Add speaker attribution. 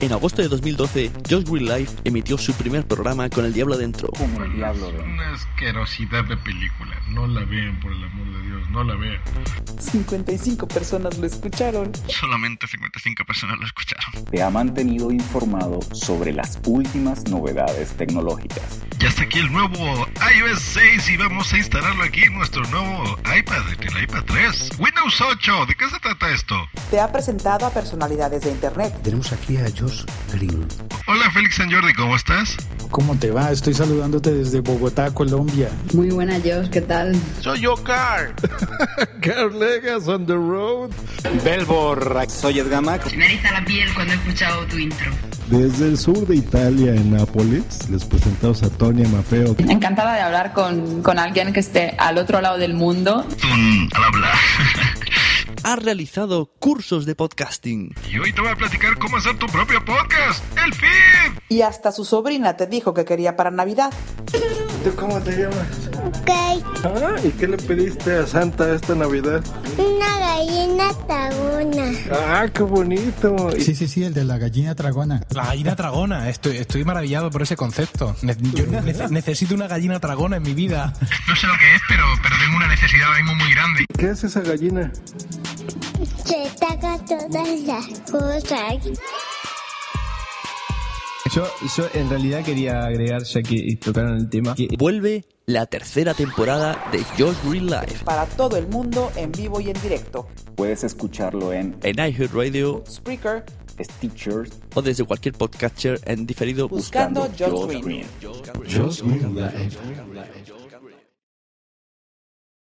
Speaker 1: En agosto de 2012, Josh Green Life emitió su primer programa con El Diablo Adentro.
Speaker 2: Como el diablo.
Speaker 3: Es una asquerosidad de película. No la vean, por el amor de Dios, no la vean.
Speaker 4: 55 personas lo escucharon.
Speaker 5: Solamente 55 personas lo escucharon.
Speaker 2: Te ha mantenido informado sobre las últimas novedades tecnológicas.
Speaker 3: Ya está aquí el nuevo iOS 6 y vamos a instalarlo aquí en nuestro nuevo iPad, en el iPad 3. Windows 8, ¿de qué se trata esto?
Speaker 4: Te ha presentado a personalidades de Internet.
Speaker 6: Tenemos aquí a Josh Green.
Speaker 3: Hola Félix San Jordi, ¿cómo estás?
Speaker 7: ¿Cómo te va? Estoy saludándote desde Bogotá, Colombia.
Speaker 8: Muy buena, Josh, ¿qué tal?
Speaker 9: Soy yo, Carl.
Speaker 10: Carl Legas on the road.
Speaker 11: Belbor, soy Edgamac.
Speaker 12: Me eriza la piel cuando he escuchado tu intro.
Speaker 13: Desde el sur de Italia, en Nápoles, les presentamos a Tonia Mapeo.
Speaker 14: Encantada de hablar con, con alguien que esté al otro lado del mundo.
Speaker 3: Mm, al hablar.
Speaker 1: ha realizado cursos de podcasting.
Speaker 3: Y hoy te voy a platicar cómo hacer tu propio podcast, el feed.
Speaker 4: Y hasta su sobrina te dijo que quería para Navidad.
Speaker 10: ¿Tú cómo te llamas?
Speaker 15: Ok.
Speaker 10: Ah, ¿y qué le pediste a Santa esta Navidad?
Speaker 15: Una gallina tragona.
Speaker 10: Ah, qué bonito.
Speaker 16: Sí, sí, sí, el de la gallina tragona.
Speaker 17: La gallina tragona, estoy, estoy maravillado por ese concepto. Ne yo nece necesito una gallina tragona en mi vida.
Speaker 9: No sé lo que es, pero, pero tengo una necesidad ahora mismo muy grande.
Speaker 10: ¿Qué es esa gallina?
Speaker 15: Se traga todas las cosas.
Speaker 11: Yo, yo en realidad quería agregar, ya que tocaron el tema, que
Speaker 1: Vuelve la tercera temporada de Josh Green Live
Speaker 4: Para todo el mundo, en vivo y en directo.
Speaker 2: Puedes escucharlo en
Speaker 1: en iHeartRadio
Speaker 4: Spreaker,
Speaker 2: Stitcher,
Speaker 1: o desde cualquier podcatcher en diferido.
Speaker 4: buscando, Josh Green.
Speaker 10: Josh Green Live.